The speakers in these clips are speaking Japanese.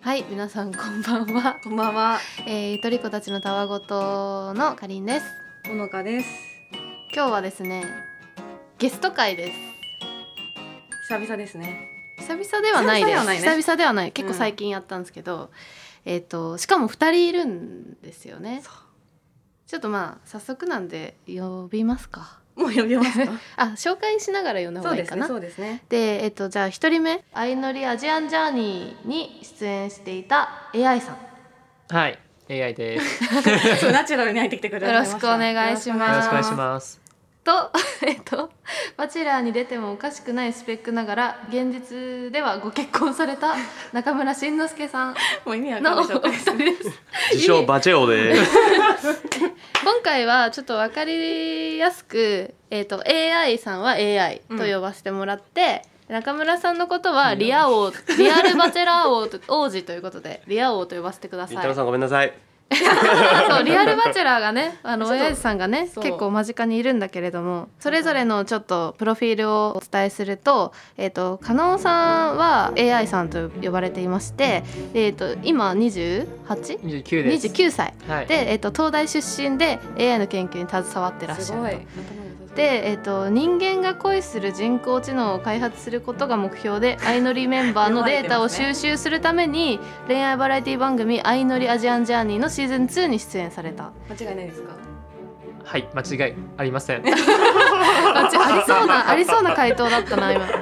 はい、皆さんこんばんは。 こんばんは、えー、ゆとり子たちのたわごとのかりんです。ほのかです。今日はですね、ゲスト会で久々ですね。す。久々ではないです。久々ではないね久々ではない結構最近やったんですけど、えっ、としかも二人いるんですよね。ちょっとまあ早速なんで呼びますか。もう呼びます か。あ、紹介しながら呼んだ方そうがいいですかね。な。そうですね。で、えっと、じゃあ一人目「相乗りアジアンジャーニー」に出演していた AI さんはい、AI です。よそうナチュラルに入ってきてくれよろしくお願いしますろしくお願いします。と、 えっと「バチェラー」に出てもおかしくないスペックながら現実ではご結婚され た中村慎之介さんす。もう意味わかんのおない状態二です。人です。自称バチェオです。今回はちょっと分かりやすく、えー、と AI さんは AI と呼ばせてもらって、中村さんのことはリア王リアルバチェラー王と王子ということでリア王と呼ばせてくだりさんいた。ろーさんごめんなさい。 そうリア ルバチェラーがねあのちょっと親父さんがねそう結構間近にいるんだけれどもそれぞれのちょっとプロフィールをお伝えすると,、えー、と加納さんは AI さんと呼ばれていまして、えー、と今 28?29 29です。歳はい。で、えー、と東大出身で AI の研究に携わってらっしすゃごい。る頭と。がで、えー、と人間が恋する人工知能を開発することが目標で相乗りメンバーのデータを収集するために恋愛バラエティ番組「相乗りアジアンジャーニー」のシーズン2に出演された間違いないですか。はい、間違いありません。 あちありそうなありそうな回答だったな今。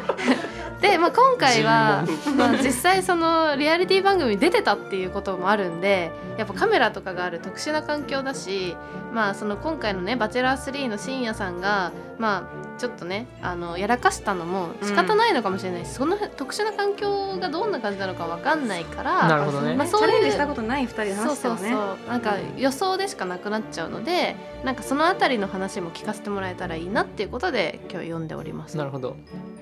で、まあ、今回は、まあ、実際そのリアリティ番組に出てたっていうこともあるんでやっぱカメラとかがある特殊な環境だし、まあ、その今回のね「バチェラー3」の深夜さんが、まあ、ちょっとねあのやらかしたのも仕方ないのかもしれないし、その特殊な環境がどんな感じなのかわかんないから。なるほどねまあチそういャうレンジしたことない二人でそう話してそもうそうね。なんか予想でしかなくなっちゃうのでなんかそのあたりの話も聞かせてもらえたらいいなっていうことで今日読んでおりますなるほど。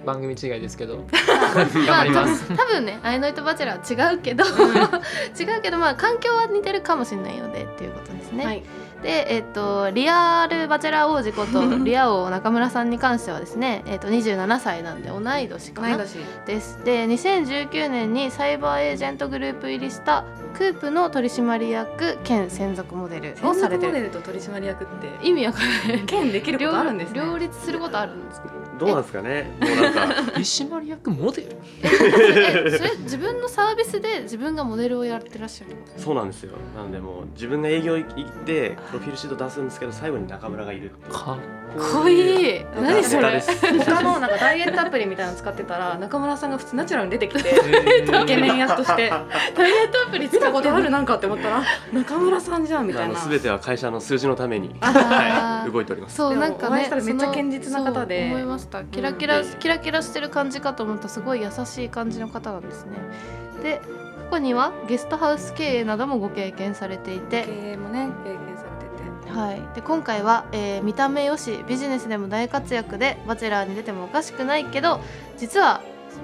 番組違いですけど。ど 頑張ります多分ね「アイノイトバチェラー」は違うけど、 違うけどまあ環境は似てるかもしれないのでっていうことですね、はい。でえっ、とリアルバチェラー王子ことリア王中村さんに関してはですねえっ、と27歳なんで同い年か同いな年。ですで2019年にサイバーエージェントグループ入りしたクープの取締役兼専属モデルをされてモデるルと取締役って意味わかんない兼できることあるんですね。両両立することあるん ですかどうなんですかね。もうなんか取締役モデル。えそれ自分のサービスで自分がモデルをやってらっしゃるそうなんですよ。なのでもう自分が営業行ってプロフィールシート出すんですけど最後に中村がいる。か。かわいいん何そ中村れです。他のなんかダイエットアプリみたいなの使ってたら中村さんが普通ナチュラルに出てきて。イケメン役と してダイエットアプリ見たことあるなんかって思ったら中村さんじゃんみたあいなのすべては会社の数字のために、あーはい、動いております。そうでもなんかお会ねいしたらめっちゃ堅実な方そのそでう思いましたキラキラ、うんキラキラしてる感じかと思ったらすごい優しい感じの方なんですねで過去にはゲストハウス経営などもご経験されていて経営もね経験されててはい、で今回は、えー見た目よしビジネスでも大活躍で「バチェラー」に出てもおかしくないけど実は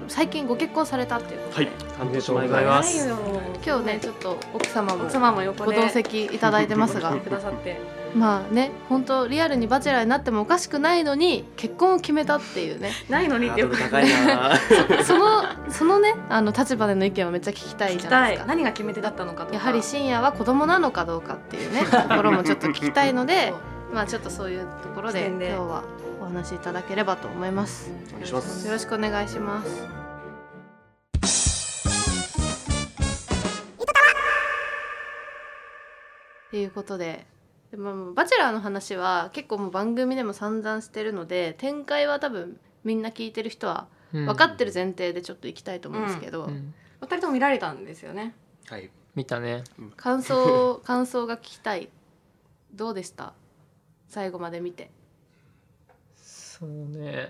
最近ご結婚されたっていうことはで、い、半年前ぐあらりいがはとうござないますいよ今日ねちょっと奥様も奥様も横ごで同席いただいてますが来てくださってまあね本当リアルに「バチェラー」になってもおかしくないのに結婚を決めたっていうねないのにっハてードよくル聞高いな。そのそのねあの立場での意見はめっちゃ聞きたいきじゃなたいですいか。何が決め手だったのかとかやはり深夜は子供なのかどうかっていう ねところもちょっと聞きたいのでそうまあちょっと そういうところ視で点今で日はお話しいただければと思います。お願いしますよ。ろしくお願いします。ということで。でももうバチェラーの話は結構もう番組でも散々してるので展開は多分みんな聞いてる人は分分かってる前提でちょっと行きたいと思うんですけど、お二人とも見られたんですよねはい、見たね。感想 を感想が聞きたいどうでした最後まで見てそうね。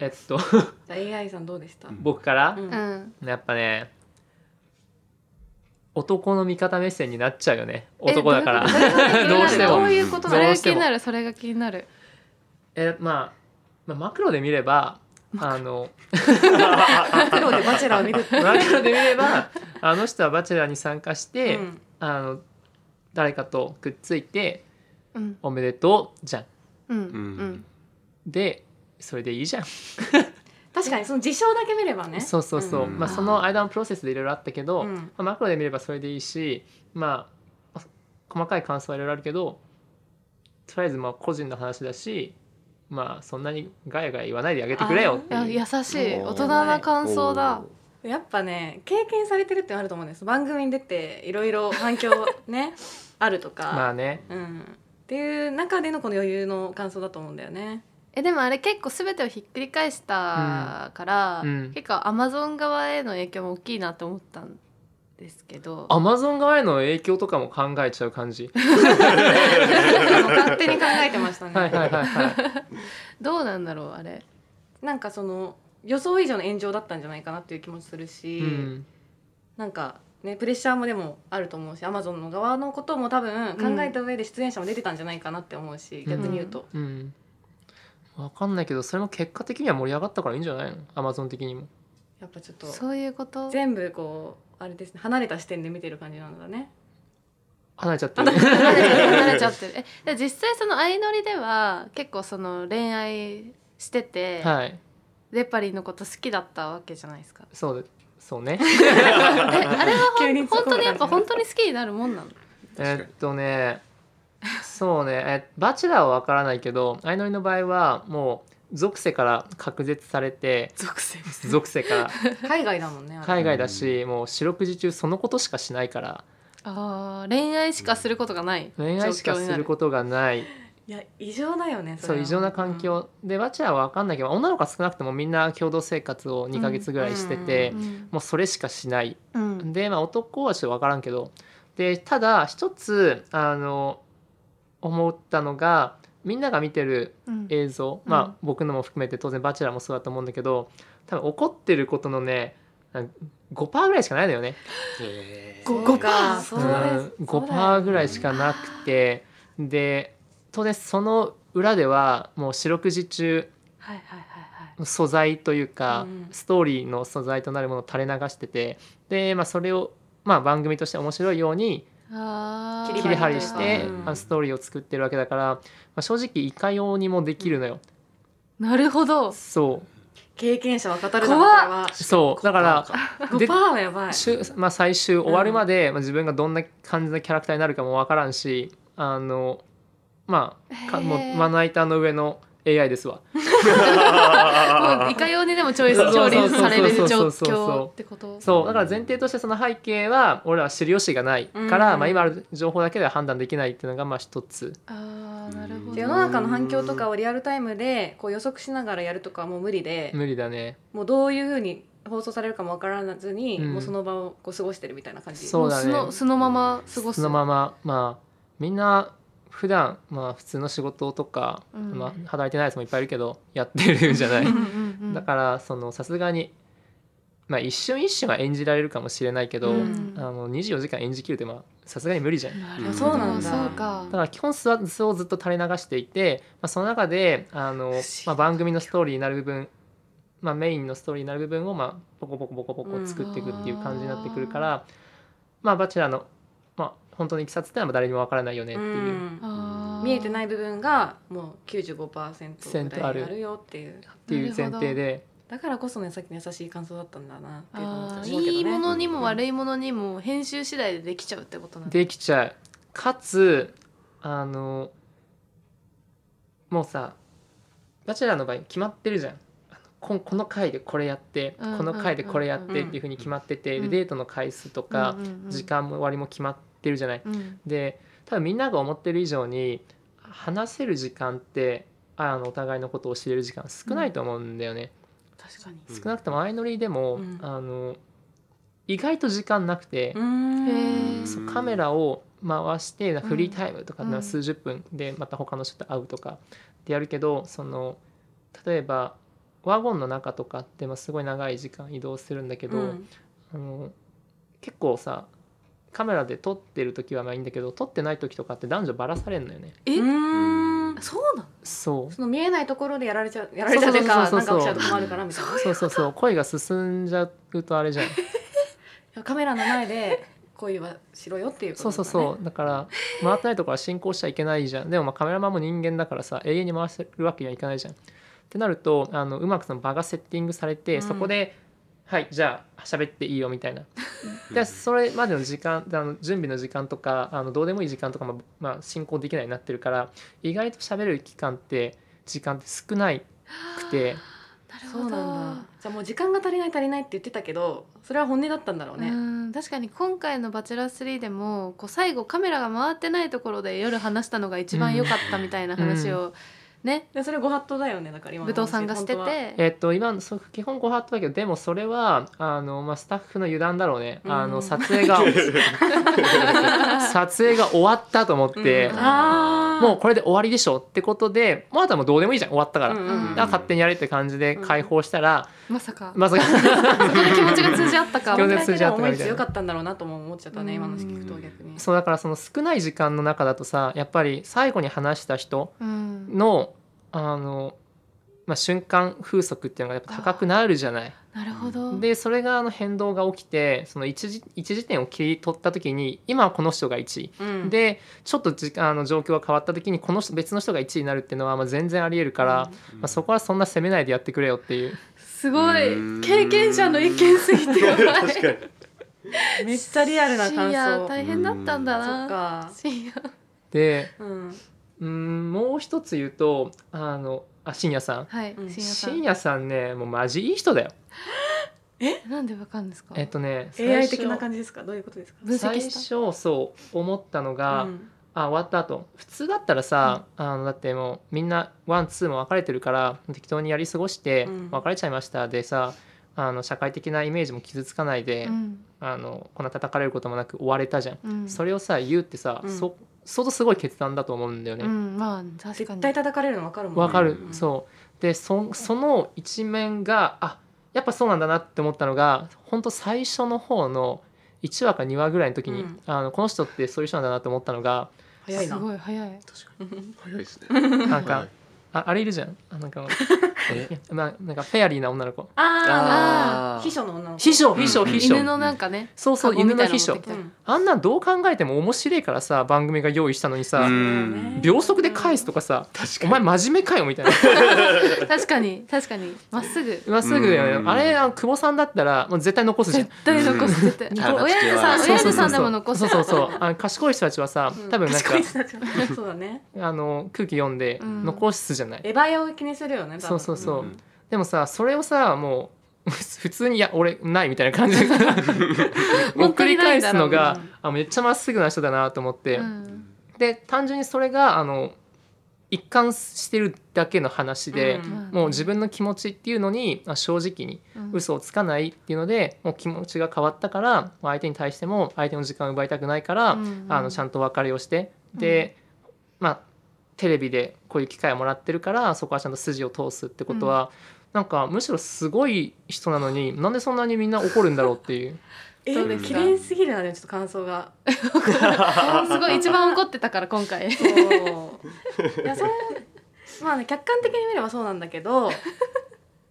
えっと、 じゃあ AI さんどうでした、うん僕からう。んうんやっぱね。男の味方目線になっちゃうよね。男だから。えどういうことどうしてもどういうことそれ どがうし気てにもなるそれが気になるえ、まあ、まあ、マクロで見れば。あの。プロでバチェラーを見るってマクロで見れば、あの人はバチェラーに参加して。うんあの誰かとくっついてうん「おめでとう」じゃん。うんううんんでそれでいいじゃん。確かにその事象だけ見ればねそうそうそう、うんまあ、その間のプロセスでいろいろあったけど、うんまあ、マクロで見ればそれでいいし、まあ、細かい感想はいろいろあるけどとりあえずまあ個人の話だし、まあ、そんなにガヤガヤ言わないであげてくれよってあいう優しいおー大人な感想だやっぱね経験されてるってのあると思うんです番組に出ていろいろ反響ねあるとか、まあねうん、っていう中でのこの余裕の感想だと思うんだよね。えでもあれ結構全てをひっくり返したから、うんうん結構アマゾン側への影響も大きいなと思ったんですけどアマゾン側への影響とかも考えちゃう感じ勝手に考えてましたね。はいはいはいはいどうなんだろうあれなんかその予想以上の炎上だったんじゃないかなっていう気もするし、うんなんかねプレッシャーもでもあると思うしアマゾンの側のことも多分考えた上で出演者も出てたんじゃないかなって思うし、うん逆に言うと、うんわかんないけどそれも結果的には盛り上がったからいいんじゃないのアマゾン的にもやっぱちょっとそういうこと全部こうあれですね離れた視点で見てる感じなんだね。離れちゃってる離れちゃってる離れちゃってるえで実際その相乗りでは結構その恋愛してて、はいレパリーのこと好きだったわけじゃない ですかそうでそうねえあれはほ急んに突本っ込む感じ当にやっぱ本当に好きになるもんなの確かえにっとねそうねえバチェラーはわからないけど相乗りの場合はもう属性から隔絶されて属性属性 から海外だもんね。あれ海外だしもう四六時中そのことしかしないからあー恋愛しかすることがない恋愛しかすることがないいや異常だよね。れそうは異常な環。境でバチェラーはわかんないけど女の子は少なくともみんな共同生活を2ヶ月ぐらいしてて状況になるもうそれしかしないうんうんで、まあ、男はちょっと分からんけどでただ一つあの思ったのがみんなが見てるうん映像、うんまあ僕のも含めて当然「バチェラー」もそうだと思うんだけど多分怒ってることのねなん5%ぐらいしかないのよね、、へーうんそうかそううんですそうだよ5%ぐらいしかなくてで当然その裏ではもう四六時中はいはいはいはい素材というか、うんストーリーの素材となるものを垂れ流しててで、まあ、それを、まあ、番組として面白いようにあー切切り張りして、うんあのストーリーを作ってるわけだから、まあ、正直いかようにもできるのよ。なるほどそう経験者は語るだろ怖そうだから5%はやばい。しゅまあ、最終終わるまで、まあ、自分がどんな感じのキャラクターになるかも分からんしあのまあかもへうーまな板の上の AI ですわ。 もういかようにでもチョイス調理される状況ってことそうだから前提としてその背景は俺は知る由がないから、うんまあ、今ある情報だけでは判断できないっていうのがまあ一つ。ああなるほで世どの中の反響とかをリアルタイムでこう予測しながらやるとかはもう無理で、無理だねもうどういうふうに放送されるかもわからずに、うんもうその場をこう過ごしてるみたいな感じそうだねもう素の素のまま過ごすそのまままあみんな普段まあ普通の仕事とか、うんまあ、働いてないやつもいっぱいいるけどやってるじゃない うんうんうんだからそのさすがにまあ一瞬一瞬は演じられるかもしれないけど、うんあの24時間演じきるってまあさすがに無理じゃん。だなるほどそうなんだそうかから基本素は素をずっと垂れ流していて、まあ、その中であの、まあ、番組のストーリーになる部分、まあ、メインのストーリーになる部分を、まあ、ポコポコポコポコ作っていくっていう感じになってくるから、まあバチェラーの、まあ、本当のいきさつってのは誰にもわからないよねっうていう。んあー見えてない部分がもう95%ぐらいになるよっていうっていう前提でだからこそねさっきの優しい感想だったんだなっていうのもあー思うけどねいいものにも悪いものにも編集次第でできちゃうってことなんだできちゃうかつあのもうさ「バチェラー」の場合決まってるじゃんあのこんこの回でこれやって、うんこの回でこれやってっていうふうに決まってて、うんでデートの回数とか、うんうんうん時間も割も決まってるじゃない。うんで多分みんなが思ってる以上に話せる時間ってあのお互いのことを知れる時間少ないと思うんだよね。確かうん少なくとも相乗りでも、うんあの意外と時間なくて、うーんへーそうカメラを回してんフリータイムとかうなん数十分でまた他の人と会うとかでやるけどその例えばワゴンの中とかってまあすごい長い時間移動するんだけど、うんあの結構さカメラで撮ってる時はまあいいんだけど撮ってない時とかって男女ばらされんのよね。えうーんにそうなのそうその見えないところでやられちゃうやられちゃうというかそなうんそかう起きちゃうとそうそうこもあるからみたいなそうそうそう恋が進んじゃうとあれじゃんカメラの前で恋はしろよっていうことそうそうそうだから回ってないところは進行しちゃいけないじゃんでもまあカメラマンも人間だからさ永遠に回せるわけにはいかないじゃんってなるとあのうまくその場がセッティングされて、うんそこで「はいじゃあ喋っていいよ」みたいなうでんそれまでの時間あの準備の時間とかあのどうでもいい時間とかも、まあ、進行できないようになってるから意外と喋る期間って時間って少ないくてなるほそどうなんだじゃあもう時間が足りない足りないって言ってたけどそれは本音だったんだろうね、うん確かに今回の「バチェラー3」でもこう最後カメラが回ってないところで夜話したのが一番良かったみたいな話をね、でそれご法度だよねだから今の武話藤さんがして本当はてえっと今そう基本ご法度だけどでもそれはあの、まあ、スタッフの油断だろうねあうのん撮影が撮影が終わったと思ってうんあーもうこれで終わりでしょってことでまああとはもうどうでもいいじゃん終わったから。うんだうんから勝手にやれって感じで解放したら、 まさかま さかそこで気持ちが通じ合ったか気そ持んだちがけ通じで合もった思みたいない強かったんだろうなとも思っちゃったね、うん今の聞くと逆にそうだからその少ない時間の中だとさやっぱり最後に話した人うん、のあの、まあ、瞬間風速っていうのがやっぱ高くなるじゃない。なるほどでそれがあの変動が起きてその一時一時点を切り取った時に今はこの人が1位、うんでちょっと時間あの状況が変わった時にこの人別の人が1位になるっていうのはまあ全然ありえるから、まあ、そこはそんな責めないでやってくれよっていう。すごういん経験者の意見すぎてやばい 確かにめっちゃリアルな感深夜想大変だったんだそっなか深夜でうんうーんもう一つ言うとあのあ深夜さんはい、うん深夜さ深ん夜さんねもうマジいい人だよ。なんでわかるんですか、えっとね AI 的なじ感じですかどういうことですか分析最した初そう思ったのが、うんあ終わった後普通だったらさ、あのだってもうみんなワンツーも別れてるから適当にやり過ごしてうん別れちゃいましたでさあの社会的なイメージも傷つかないで、うんあのこんな叩かれることもなく終われたじゃん、うん、それをさ言うってさ、うんそ相当すごい決断だと思うんだよね。うんまあ確か絶に対叩かれるの分かるもんわかる、うんそうでそその一面があやっぱそうなんだなって思ったのが本当最初の方の1話か2話ぐらいの時に、うんあのこの人ってそういう人なんだなって思ったのが早いすなごい早い早いですねなんか、はいああれいるじゃんあなんか えいやまあなんかフェアリーな女の子あーああー秘書の女の子秘書秘書うん秘書、犬のなんかねそうそうカゴ犬みたいのなの秘持っ書てきたうんあんなんどう考えても面白いからさ番組が用意したのにさ、うん秒速で返すとかさ確おか前に真面目かよみたいな確かに確かにまっすぐまっすぐだようねんあれあの久保さんだったらもう絶対残すじゃん絶対残す絶対うん親父さんそう親そうそうそう父さんでも残すそうそうそうあの賢い人たちはさうん多分なんか、賢い人たちはそうだねあの空気読んでうん残すじゃない、エヴァヤを気にするよね多分そうそうそううんでもさそれをさもう 普通に「いや俺ない」みたい な感じで本当送にりないん返だすろうなのがあめっちゃまっすぐな人だなと思って、うんで単純にそれがあの一貫してるだけの話で、うんもう自分の気持ちっていうのにあ正直にうん嘘をつかないっていうのでもう気持ちが変わったからまあ相手に対しても相手の時間を奪いたくないから、うんあのちゃんと別れをしてで、まあテレビでこういう機会をもらってるからそこはちゃんと筋を通すってことは、なんかむしろすごい人なのになんでそんなにみんな怒るんだろうっていう えどうです綺か麗すぎるなでもちょっと感想がすごい一番怒ってたから今回そう いやそれまあね客観的に見ればそうなんだけど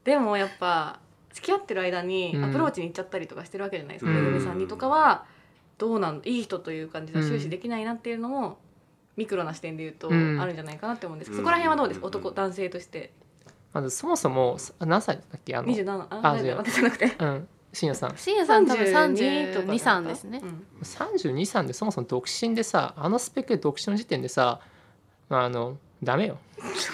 でもやっぱ付き合ってる間にうんアプローチに行っちゃったりとかしてるわけじゃないですか、うんめぐみさんにとかはどうなんいい人という感じでうん終始できないなっていうのも、ミクロな視点で言うとうんあるんじゃないかなって思うんですけど、うそんこら辺はどうです男男性としてまずそもそもあ何歳だっけあの、 27ああなん違だう私じゃなくてうん、深夜さん深夜さん多分32とかだった323ですねうん32歳でそもそも独身でさあのスペックで独身の時点でさ、まあ、あのダメよ待って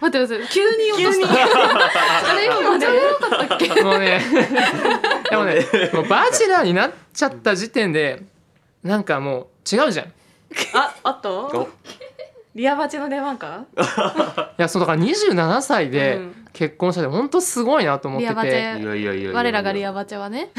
待って急に落としたあれ今間違えなかったっけもうねでもねもうバチェラーになっちゃった時点でなんかもう違うじゃんいああおとリアバチの出番かやそうだから27歳でうん結婚したって本当すごいなと思っリてアバチて、いやいやいや我らがリアババチェはね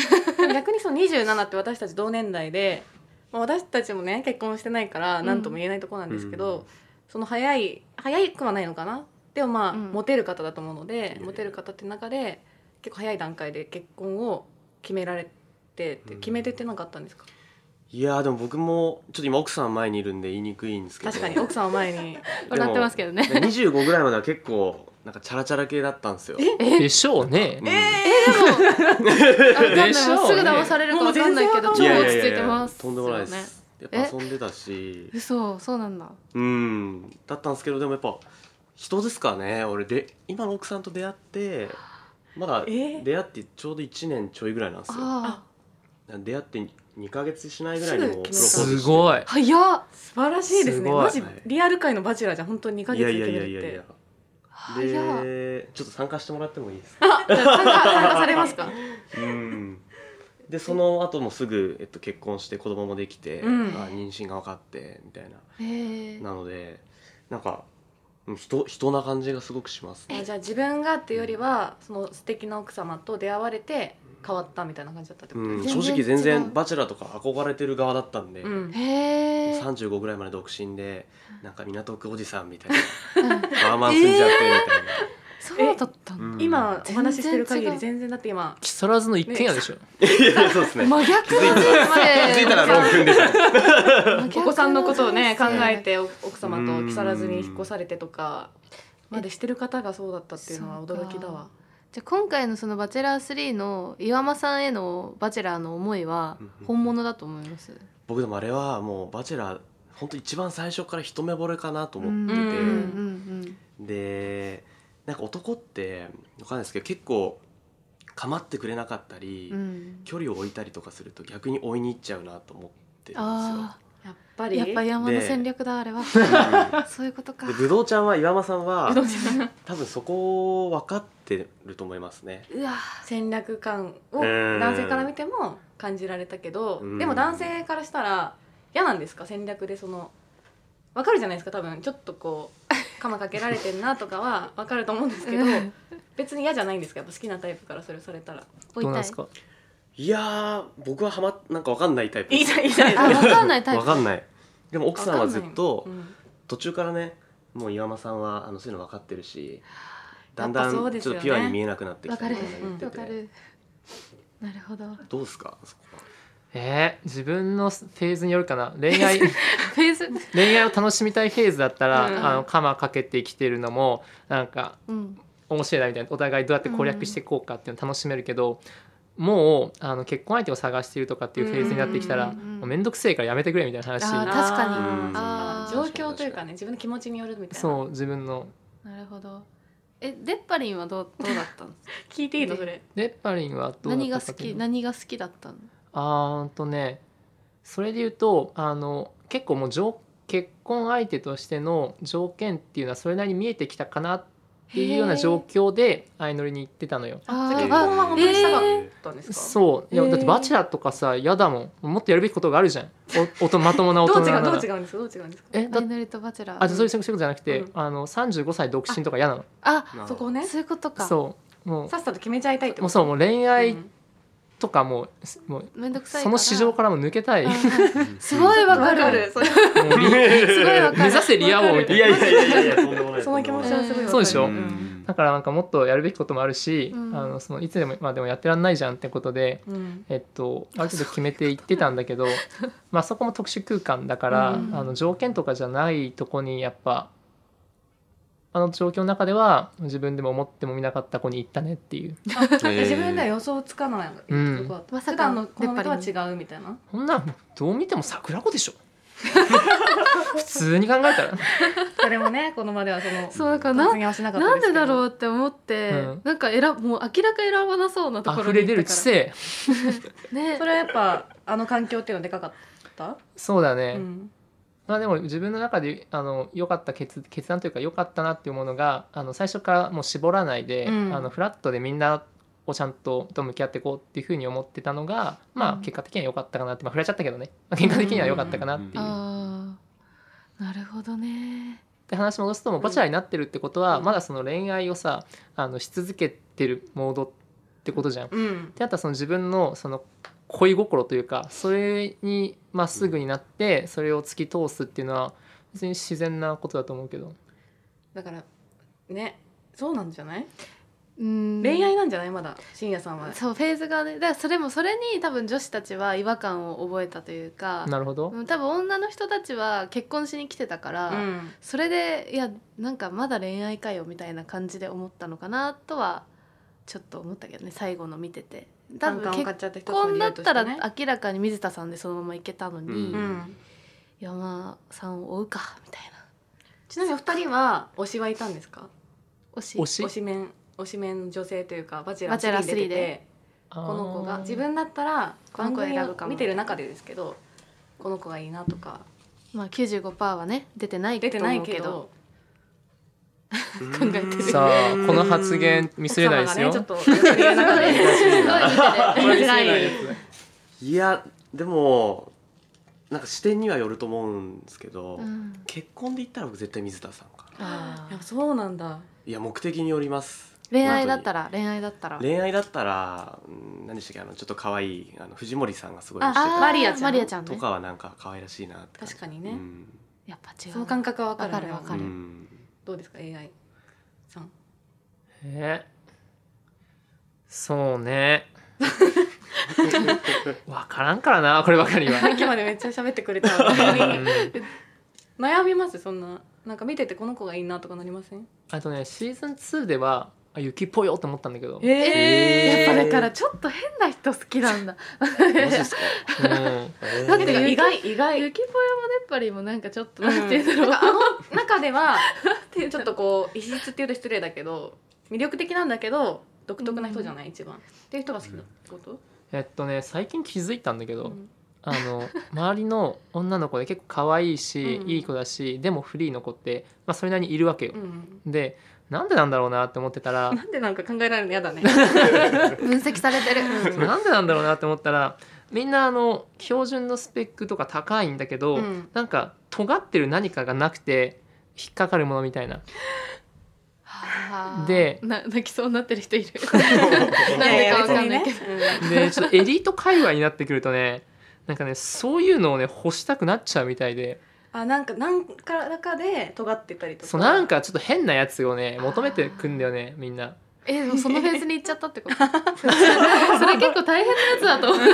逆にその27って私たち同年代で、まあ、私たちもね結婚してないからん何とも言えないところなんですけど、うんその早い早くはないのかなでもまあ、うんモテる方だと思うのでうんモテる方って中で結構早い段階で結婚を決められてってうん決めてってなかったんですか、いやーでも僕もちょっと今奥さん前にいるんで言いにくいんですけど確かに奥さんを前に笑ってますけどねで25ぐらいまでは結構なんかチャラチャラ系だったんですよでしょうねうんあわかんないでしょうねすぐ騙されるかわかんないけどもう超全然落ち着いてますとんでもないでよねすやっぱ遊んでたし嘘そうなんだうんだったんですけどでもやっぱ人ですかね俺で今の奥さんと出会ってまだえ出会ってちょうど1年ちょいぐらいなんですよあ出会って2ヶ月しないぐらいにもうプロポーズしすてごいあ早っ素晴らしいですねすごいマジリアル界のバチェラーじゃん本当に2ヶい月やでいや決いめやいるっやいてや早っでちょっと参加してもらってもい いですか参加参加されますかうんでその後もすぐ、えっと、結婚して子供もできて、うんあ妊娠が分かってみたいなえーなのでなんかうん人人な感じがすごくしますあじゃあ自分がっていうよりはその素敵な奥様と出会われて変わったみたいな感じだったってことうん、ですね、正全然直全違然うバチェラーとか憧れてる側だったんで、うもうんへえ35ぐらいまで独身でなんか港区おじさんみたい なワーマン住んじゃってみたいな、そうだったんだ、うん今お話ししてる限り全全然だって今木更津の一軒家でしょ、 いやそうですね真逆の人気づ生いたら論文でした真逆の人生お子さんのことをね考えてお奥様と木更津に引っ越されてとかうんまでしてる方がそうだったっていうのは驚きだわじゃあ今回のその「バチェラー3」の岩間さんへのバチェラーの思いはうんうん本物だと思います。僕でもあれはもうバチェラー本当一番最初から一目惚れかなと思ってうんて、うんうんでなんか男ってわかんないですけど結構構ってくれなかったり、うん距離を置いたりとかすると逆に追いに行っちゃうなと思ってるんあやっぱありやっぱ山の戦略だあれはですよ。うんそういうことかでぶどうちゃんは岩間さんはうどんじゃない多分そこを分かってると思いますね。うわ戦略感をうん男性から見ても感じられたけどうんでも男性からしたら嫌なんですか戦略でそのわかるじゃないですか多分ちょっとこう鎌かけられてんなとかはわかると思うんですけどうん別に嫌じゃないんですかやっぱ好きなタイプからそれされたら追いどうなんたいですかいやー僕はハマっなんか分かんないタイプいいじゃんいいじゃないですあかわかんないタイ分プかんないでも奥さんはずっとわかんないうん途中からねもう岩間さんはあのそういうの分かってるしだんやだっぱんちそうょっですよとねピュアに見えなくなってきわたかみるたいなの言ってわかてるなるほどどうですかそこはえー、自分のフェーズによるかな恋 愛フェーズ恋愛を楽しみたいフェーズだったら、うんあの鎌かけてきてるのもなんかうん面白いなみたいなお互いどうやって攻略していこうかっていうのを楽しめるけど、もうあの結婚相手を探しているとかっていうフェーズになってきたら、うんうんうんうんもうめんどくせえからやめてくれみたいな話あー確かにああーー状況というかね自分の気持ちによるみたいなそう自分のなるほどえデッパリンはどうどうだったの聞いていいのそれレッパリンはどう何がだっ好たかといきうと何が好きだったのあーんとねそれで言うとあの結構もう条結婚相手としての条件っていうのはそれなりに見えてきたかなっていうような状況で相乗りに行ってたのよ。あじゃあー結婚は本当にしたかったんですかそういやへーだってバチェラーとかさ嫌だもんもっとやるべきことがあるじゃんおおとまともな大ど人う違なうらどう違うんですかどう違うんですかえアだイノリとバチェラーあじゃあそういうそういうことじゃなくて、うんあの35歳独身とか嫌なのあなるほどそこをねそういうことかそうもさっさと決めちゃいたいってうもことうそうもう恋愛うんとかもう,、もうめんどくさいその市場からも抜けたい、らもうん すごいわわかるかるわわかかるるうリすごいわかる目指せリア王みたいいなやいやいやいやいやとんでもないその気持ちはすごいわかるそうでしょんだからなんかもっとやるべきこともあるし、うんあのそのいつでもまあでもやってらんないじゃんってことで。うんえっと、ある程度決めていってたんだけど まあそこも特殊空間だから、うんあの条件とかじゃないとこにやっぱあの状況の中では自分でも思ってもみなかった子に行ったねっていう自分では予想つかないとうんこだったまさか普段の好みとは違うみたいなこんなんどう見ても桜子 でしょ普通に考えたら誰もねこの場ではそのそうだからな突入はしなかったなんすでけどだろうって思って、うんなんか選ぶもう明らか選ばなそうなところ溢に行れ出っるた知か性らねそれはやっぱあの環境っていうのはでかかったそうだね、うんまあでも自分の中であの良かった決決断というか良かったなっていうものがあの最初からもう絞らないで、うんあのフラットでみんなをちゃんとと向き合っていこうっていうふうに思ってたのが、まあうん結果的には良かったかなってまあ触れちゃったけどね、まあ、結果的には良かったかなっていう。うんああなるほどねで話戻すともうバチェラーになってるってことは、うんまだその恋愛をさあのし続けてるモードってことじゃん。うんであとはその自分のその恋心というかそれにまっすぐになってそれを突き通すっていうのは別に自然なことだと思うけど。だからねそうなんじゃないうん恋愛なんじゃないまだ深夜さんはそうフェーズがねだからそれもそれに多分女子たちは違和感を覚えたというかなるほど。うん多分女の人たちは結婚しに来てたから、うんそれでいやなんかまだ恋愛かよみたいな感じで思ったのかなとはちょっと思ったけどね最後の見てて多短分歌を結買っちゃった人こんだったらね明らかに水田さんでそのままいけたのに、うんうん山さんを追うかみたいなちちなみにお二人は推しはいたんですか推し推し推しメン推しメンの女性というかバチェラバチェラーー3出て3でてここの子が自あ分だったらこの番子選ぶ組かもを見てる中でですけどこの子がいいなとかまあ95%はね出てないと出て思うないけど考えてるーさあこの発言見せれないですよ、奥様がねちょっとやってる中 ですごい見てこてれ見見てせなれないいやつねいやでもなんか視点にはよると思うんですけど、うん結婚で言ったら僕絶対水田さんかなあいやーそうなんだいや目的によります恋愛だったらら恋愛だったら恋愛だったら、うん、何でしたっけあのちょっと可愛いあの藤森さんがすごい推してあーマリアちゃんマリアちゃんたとねかはなんか可愛らしいなって確かにね、うんやっぱ違うその感覚は分かるわかるわかうるんどうですか AI さんえそうね わからんからなこればかりはさっきまでめっちゃ喋ってくれた うん悩みますそんななんか見ててこの子がいいなとかなりませんあとねシーズン2ではあ雪っぽいよって思ったんだけど、うん、えやーっぱだからちょっと変な人好きなんだマジで すかえーだって意外意 外ゆきぽよもねっぱりもなんかちょっとなんていうんだろう、なんかあの中ではちょっとこう異質っていうと失礼だけど魅力的なんだけど独特な人じゃない一番っていう人が好きだってこと、えっとね最近気づいたんだけど、うんあの周りの女の子で結構可愛いし、うんいい子だしでもフリーの子って、まあ、それなりにいるわけよう、んでなんでなんだろうなって思ってたらなんでなんか考えられるの嫌だね 分析されてる、うんなんでなんだろうなって思ったらみんなあの標準のスペックとか高いんだけど、うんなんか尖ってる何かがなくて引っかかるものみたいなはあでな泣きそうになってる人いるいなんやいでやかわかんないけど、別にね でちょっとエリート界隈になってくるとねなんかねそういうのをね欲したくなっちゃうみたいでうんあなんか何からかで尖ってたりとかそうなんかちょっと変なやつをね求めてくんだよねみんな。 えでもそのフェーズに行っちゃったって ことそれ結構大変なやつだと思うい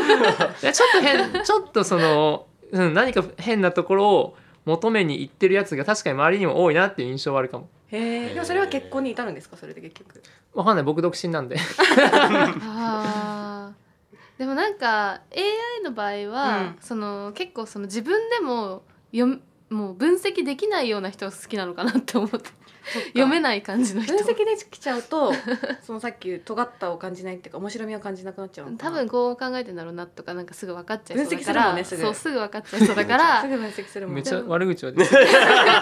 やちょっ と変ちょっとその、うん、何か変なところを求めに行ってるやつが確かに周りにも多いなっていう印象はあるかもへえでもそれは結婚に至るんですかそれで結局わかんない僕独身なんであーでもなんか AI の場合は、うんその結構その自分でも読むもう分析できないような人が好きなのかなって思って読めない感じの人分析できちゃうとそのさっき尖ったを感じないっていうか面白みを感じなくなっちゃうのか多な分こう考えてんだろうなとかなんかすぐ分かっちゃいそうだ分析かするもらんねすぐそうすぐ分かっちゃいそうだから すぐ分析するもんめっちゃ悪悪口は出てる口じゃな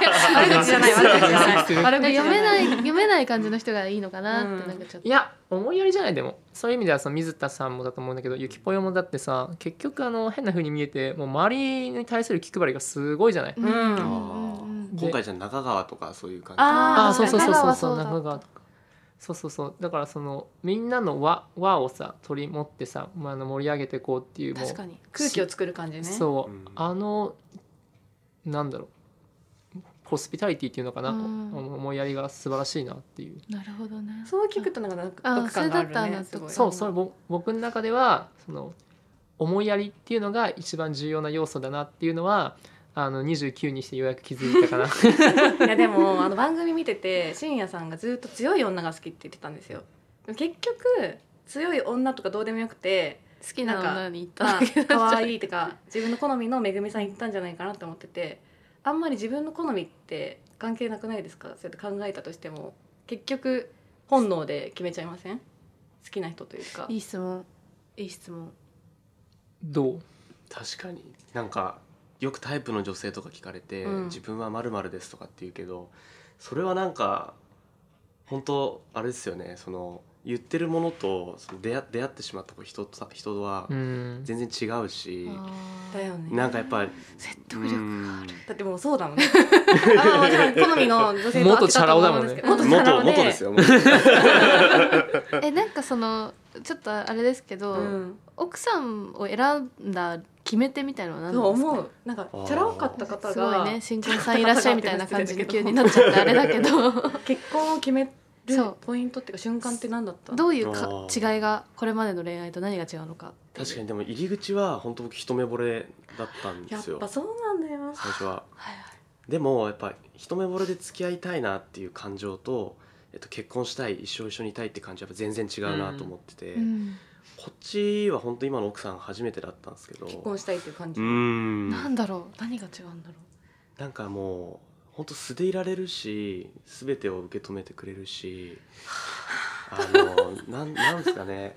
い悪口じゃない悪口じゃ読なめいない読めない感じの人がいいのかなっうてんなんかちょっといや思いやりじゃないでもそういう意味ではその水田さんもだと思うんだけどゆきぽよもだってさ結局あの変な風に見えてもう周りに対する気配りがすごいじゃない、んうんうあーんうんで今回じゃあ中川とかそういう感じあーああそうそうそう中そ川うそそううだ中川とかそうそうそうだからそのみんなの輪輪をさ取り持ってさ、まあ、あの盛り上げていこうっていうもう確かに空気を作る感じねそう、うんあのなんだろうホスピタリティっていうのかな、うん思いやりが素晴らしいなっていう、なるほどねそう聞くとなんか納あー得感があるそれだったねら納す得ごいそうそれぼ僕の中ではその思いやりっていうのが一番重要な要素だなっていうのはあの29にしてようやく気づい たかないやでもあの番組見てて深夜さんがずっと強い女が好きって言ってたんですよでも結局強い女とかどうでもよくて好きな女に行ったまだ あけだ 可愛いいってか 自分の好みのめぐみさん言ったんじゃないかなって思っててあんまり自分の好みって関係なくないですかそうやって考えたとしても結局本能で決めちゃいません好きな人というかい質問いい質問どう確かになんかよくタイプの女性とか聞かれて「うん自分はまるです」とかって言うけどそれはなんか本当あれですよねその言ってるものとその出会出会ってしまった人と人とはうん全然違うし、だよねなんかやっぱ説得力があるだってもうそうだ もんねあまあもちろん好みの女性と合ってたと思うんですけど元元チャラ元男で元ですよえなんかそのちょっとあれですけど、うん奥さんを選んだ決め手みたいなのは何なそうんですか思うなんかチャラかった方すごがいね新婚さんいらっしゃいみたいな感じで急になっちゃってあれだけど結婚を決めそるうポイントっていうか瞬間って何だっ たどういうかあー違いがこれまでの恋愛と何が違うのか確かにでも入り口は本当僕一目惚れだったんでやっすよぱそうなんだよ最初ははいでもやっぱ一目惚れで付き合いたいなっていう感情と、えっと、結婚したい一生一緒にいたいって感じはやっぱ全然違うなと思ってて、うんこっちは本当今の奥さん初めてだったんですけど結婚したいっていう感うじーんなんだろう何が違うんだろなんかもう本当素でいられるし全てを受け止めてくれる しあのなんなんですかね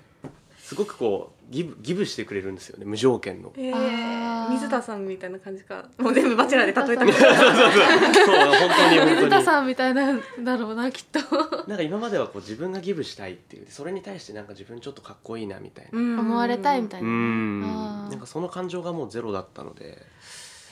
すごくこうギブギブしてくれるんですよね無条件の。えあーー、水田さんみたいな感じかもう全部バチェラーで例えたそ みうたいなそうそうそう本当に水本当田にさんみたいなんだろうなきっと。なんか今まではこう自分がギブしたいっていうそれに対してなんか自分ちょっとかっこいいなみたいな思われたいみたいいうな。んあーなんかその感情がもうゼロだったので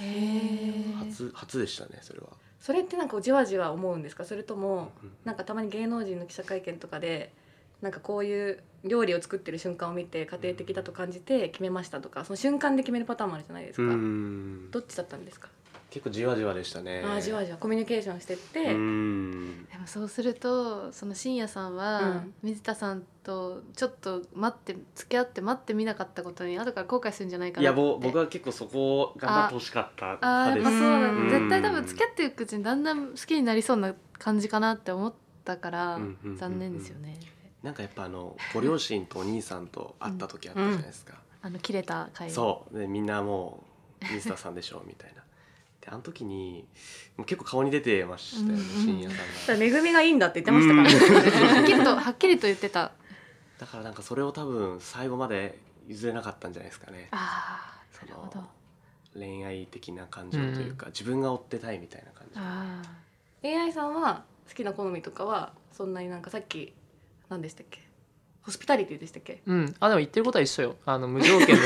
へえ。初初でしたねそれはそれってなんかじわじわ思うんですかそれともうんなんかたまに芸能人の記者会見とかでなんかこういう料理を作ってる瞬間を見て家庭的だと感じて決めましたとかその瞬間で決めるパターンもあるじゃないですか、うんどっちだったんですか、結構じわじわでしたねああじわじわコミュニケーションしてって、うんでもそうするとその深夜さんうはん水田さんとちょっと待って付き合って待ってみなかったことに後から後悔するんじゃないかいなやって。ぼ僕は結構そこを頑張ってほしかったああや派でっすぱそうだねうん絶対多分付き合っていくうちにだんだん好きになりそうな感じかなって思ったからうんうんうんうん残念ですよね。なんかやっぱあのご両親とお兄さんと会った時あったじゃないですか、あの切れた回。そうでみんなもう水田さんでしょみ たいなであの時にもう結構顔に出てましたうよねんうん深夜さんがだからめぐみがいいんだって言ってましたから、ね はっきりとはっきりと言ってた。だからなんかそれを多分最後まで譲れなかったんじゃないですかねああそなのるほど。恋愛的な感情というか、自分が追ってたいみたいな感じああ AI さんは好きな好みとかはそんなになんかさっき何でしたっけホスピタリティでしたっけうん、あでも言ってることは一緒よあの無条 件の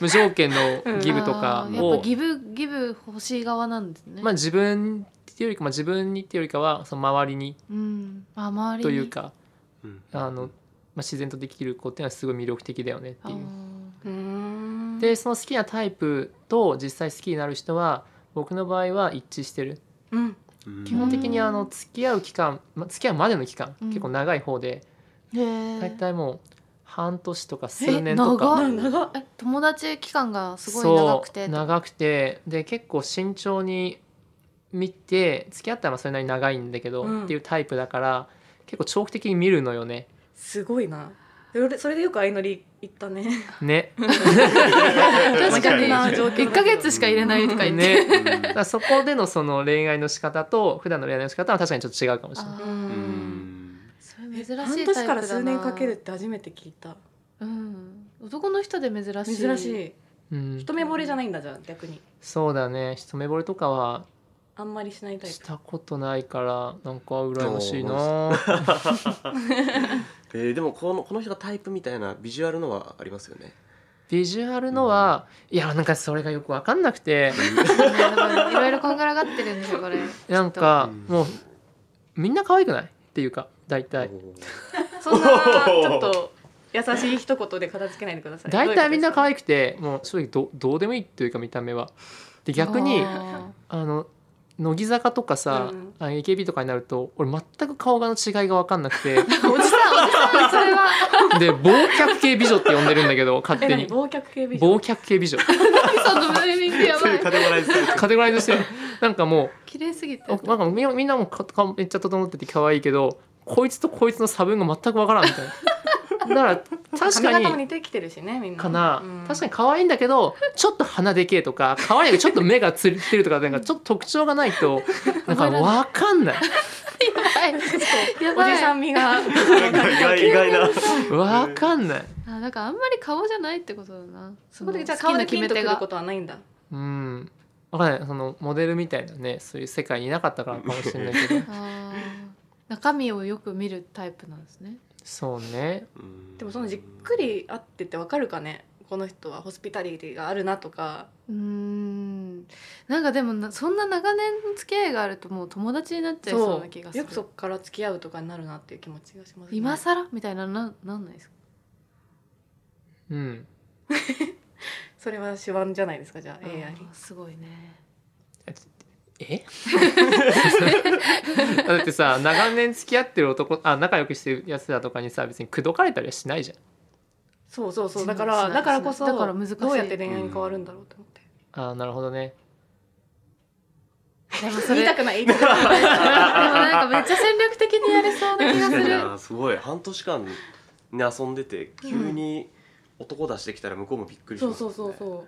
無条件のギブとかあーやっをぱ、ギブギブ欲しい側なんですね。まあ、自分っていうよりか、まあ、自分にっていうよりかはその周りにうん、あ周りとにいうかうんあの、まあ、自然とできる子っていうのはすごい魅力的だよねってあいーう。うんでその好きなタイプと実際好きになる人は僕の場合は一致してるうんうん基本的にあうのん付き合う期間、ま、付き合うまでの期間、うん結構長い方でへ大ー体もう半年とか数年とえ長かっ長っえ友達期間がすごい長そくてう長くてで結構慎重に見て付き合ったらまあそれなりに長いんだけど、うんっていうタイプだから結構長期的に見るのよね。すごいなそれでそれでよく相乗り行ったね ね。確かに間違いない状況だけど1ヶ月しか入れないとか言って、ね。うんだからそこでのその恋愛の仕方と普段の恋愛の仕方は確かにちょっと違うかもしれない。あうーうんんそれ珍しいタイ半プだな年から数年かけるっ、て初めて聞いたうん、男の人で珍しい珍しいうん一。目惚れじゃないんだじゃあ逆にそうだね。一目惚れとかはあんまりしないタイしプたことないからなんか羨ましいな。えーでもこのこの人がタイプみたいなビジュアルのはありますよねビジュアルのは、いやなんかそれがよく分かんなく ていやだからいろいろこんがらがってるんですよこれなんかきっともうみんな可愛くないっていうか大体おー そんなちょっと優しい一言で片付けないでください大体みんな可い愛くてもう正直どどうでもいいというか見た目は。で逆にああの乃木坂とかさ、うんあ AKB とかになると俺全く顔がの違いが分かんなくてーおじさんおじさんそれはで忘却系美女って呼んでるんだけど勝え手何に忘却系美女忘却系 美女そのネーミングやばいカテゴライズされてるカテゴライズしてるなんかもう綺麗すぎておなんかみんなみんなもかかめっちゃ整ってて可愛いけどこいつとこいつの差分が全くわからんみたいな だから確か髪型もに似てきてるしねみんなかな、うん確かに可愛いんだけどちょっと鼻でけえとか可愛いけどちょっと目がつりってるとかなんかちょっと特徴がな いとなんかわかんないちょっとやばい おじさん味が意外意外なわかんないあなんかあんまり顔じゃないってことだな そそこのでじゃあ好き顔なでピンとくるがことはないんだうんわかんないそのモデルみたいなねそういう世界にいなかったからかもしれない けどあー中身をよく見るタイプなんですね。そうねうんでもそのじっくり会っててわかるかねこの人はホスピタリティがあるなとかうーんなんかでもなそんな長年付き合いがあるともう友達になっちゃいそうな気がすよるくそこから付き合うとかになるなっていう気持ちがします、今更みたいなななんないですかうんそれは手腕じゃないですかじゃあ AI あーすごいねえ だってさ長年付き合ってる男あ仲良くしてるやつだとかにさ別に口説かれたりはしないじゃんそうそうそうだかしならいだからこそだから難しいどうやって恋愛に変わるんだろうと思って、あーなるほどねでもそ言れいでたもくない言いたくないなんかめっちゃ戦略的にやれそうな気がす確かにるなすごい半年間ね遊んでて急に男出してきたら向こうもびっくり そしまうすも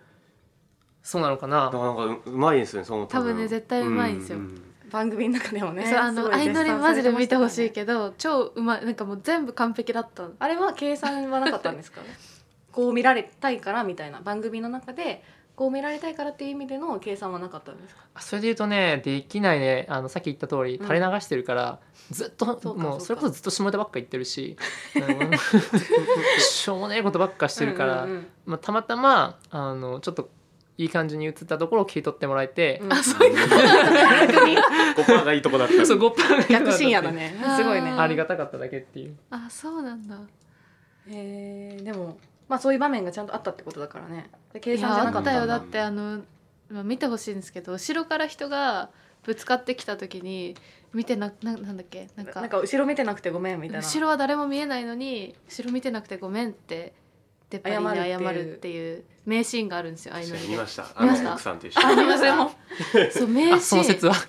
そうそうそうそんねうなのかななかなかううまいですよねその多分ね絶対うまいんですようんうん番組の中でも ねそうあの相乗りマジで見てほしいどけど超うまいなんかもう全部完璧だったあれは計算はなかったんですかこう見られたいからみたいな番組の中でこう見られたいからっていう意味での計算はなかったんですかあそれで言うとねできないねあのさっき言った通りうん垂れ流してるから、ずっとそうかもうそうかそれこそずっと下ネタばっか言ってるしうん しょうもないことばっかしてるから、うんうんまあ、たまたまあのちょっといい感じに映ったところを切り取ってもらえてう、んあ そ逆にここがいいとこだったそう5パー逆深夜だねあーすごいねありがたかっただけっていうあそうなんだえーでもまあそういう場面がちゃんとあったってことだからね計い算じやゃあなかっったたんだよだってあの、まあ、見てほしいんですけど後ろから人がぶつかってきた時に見てなななんだっけなんかなんか後ろ見てなくてごめんみたいな後ろは誰も見えないのに後ろ見てなくてごめんって出っ張りに謝謝るるっっていう名シーンがあるんですよ相乗り見でましたあ見のました奥さんと一緒あに見ましたよそう名あシその説ーンは